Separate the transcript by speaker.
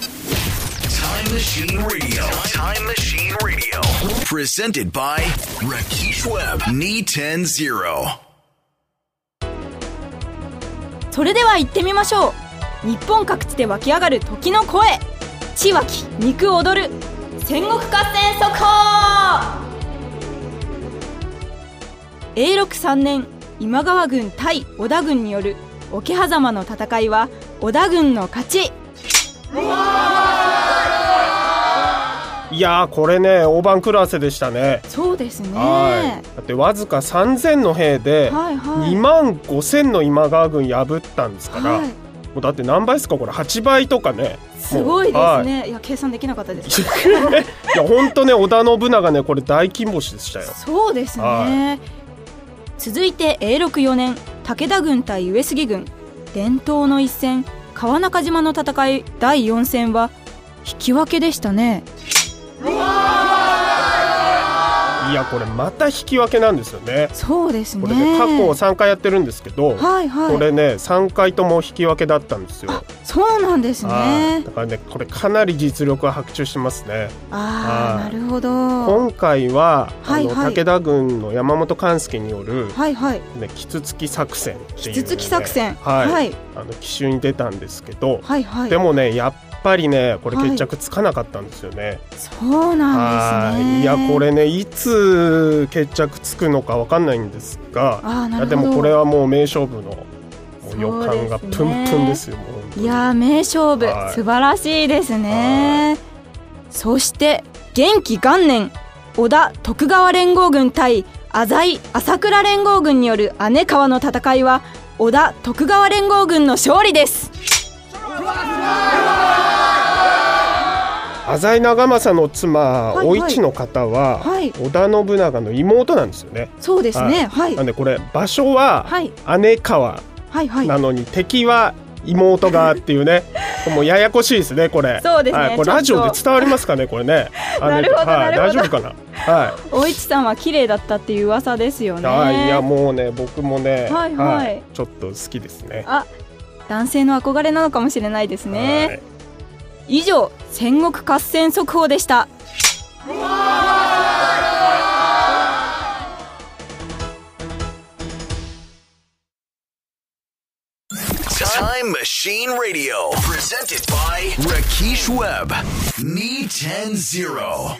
Speaker 1: Time Machine Radio. Time Machine Radio. Presented by Rakesh Webb. E Knee 10 0.
Speaker 2: それでは行ってみましょう日本各地で湧き上がる時の声血湧き肉踊る戦国合戦速報永禄3年今川軍対織田軍による桶狭間の戦いは織田軍の勝ち
Speaker 3: いやーこれね大盤狂わせでしたね
Speaker 2: そうですね
Speaker 3: はいだってわずか3000の兵で
Speaker 2: はいはい
Speaker 3: 2万5000の今川軍破ったんですから、
Speaker 2: はい
Speaker 3: もうだって何倍ですかこれ8倍とかね
Speaker 2: すごいですね、、
Speaker 3: はい
Speaker 2: や計算できなかったです
Speaker 3: いや本当ね織田信長ねこれ大金星でしたよ
Speaker 2: そうですね、
Speaker 3: は
Speaker 2: 続いて永禄4年武田軍対上杉軍伝統の一戦川中島の戦い第4戦は引き分けでしたね
Speaker 3: いやこれまた引き分けなんですよね
Speaker 2: そうですね
Speaker 3: これね過去3回やってるんですけど、
Speaker 2: はいはい
Speaker 3: これね3回とも引き分けだったんですよ
Speaker 2: そうなんです
Speaker 3: はい
Speaker 2: ね
Speaker 3: だからねこれかなり実力は白昼してますね
Speaker 2: ああ
Speaker 3: は
Speaker 2: ないるほど
Speaker 3: 今回は、
Speaker 2: はい
Speaker 3: あの
Speaker 2: はい
Speaker 3: 武田軍の山本勘助による、
Speaker 2: はいはい
Speaker 3: ね、キツツキ作戦っていう、ね、
Speaker 2: 筒き作戦
Speaker 3: はい、
Speaker 2: はい
Speaker 3: あの奇襲に出たんですけど、
Speaker 2: はいはい
Speaker 3: でもねやっぱりねこれ
Speaker 2: はい
Speaker 3: 決着つかなかったんですよね、
Speaker 2: そうなんです
Speaker 3: は
Speaker 2: ね
Speaker 3: いいやこれねいつ決着つくのかわかんないんですが
Speaker 2: ああ
Speaker 3: い
Speaker 2: なる
Speaker 3: や
Speaker 2: ほ
Speaker 3: で
Speaker 2: ど
Speaker 3: もこれはもう名勝負のもう予感が
Speaker 2: そ
Speaker 3: プ
Speaker 2: うで
Speaker 3: ン
Speaker 2: すね
Speaker 3: プンですよもう本当
Speaker 2: い
Speaker 3: に
Speaker 2: やー名勝負、
Speaker 3: はい
Speaker 2: 素晴らしいですね、そして元気元年織田徳川連合軍対浅井朝倉連合軍による姉川の戦いは織田徳川連合軍の勝利です
Speaker 3: 浅井長政の妻、
Speaker 2: いはい
Speaker 3: お市の方は、
Speaker 2: はい
Speaker 3: 織田信長の妹なんですよね。
Speaker 2: そうですねはい
Speaker 3: なんでこれ場所は
Speaker 2: はい
Speaker 3: 姉川
Speaker 2: はいはい
Speaker 3: なのに、敵は妹側っていうねもうややこしいですねこれ
Speaker 2: そうですね
Speaker 3: はい、これ
Speaker 2: ちゃんと
Speaker 3: ラジオで伝わりますかねこれね
Speaker 2: なるほど
Speaker 3: 姉とはい、
Speaker 2: なる
Speaker 3: 大
Speaker 2: ほ
Speaker 3: 丈
Speaker 2: ど
Speaker 3: 夫かなは
Speaker 2: お市さんは綺麗だったっていう噂ですよ
Speaker 3: い、
Speaker 2: ね
Speaker 3: はい、いやもうね僕もね、
Speaker 2: はいはい
Speaker 3: ちょっと好きですね
Speaker 2: あ男性の憧れなのかもしれないですね、
Speaker 3: はい
Speaker 2: 以上戦国合戦速報でした
Speaker 1: Time Machine E Radio. Presented by Rakesh Webb. Knee 10 0.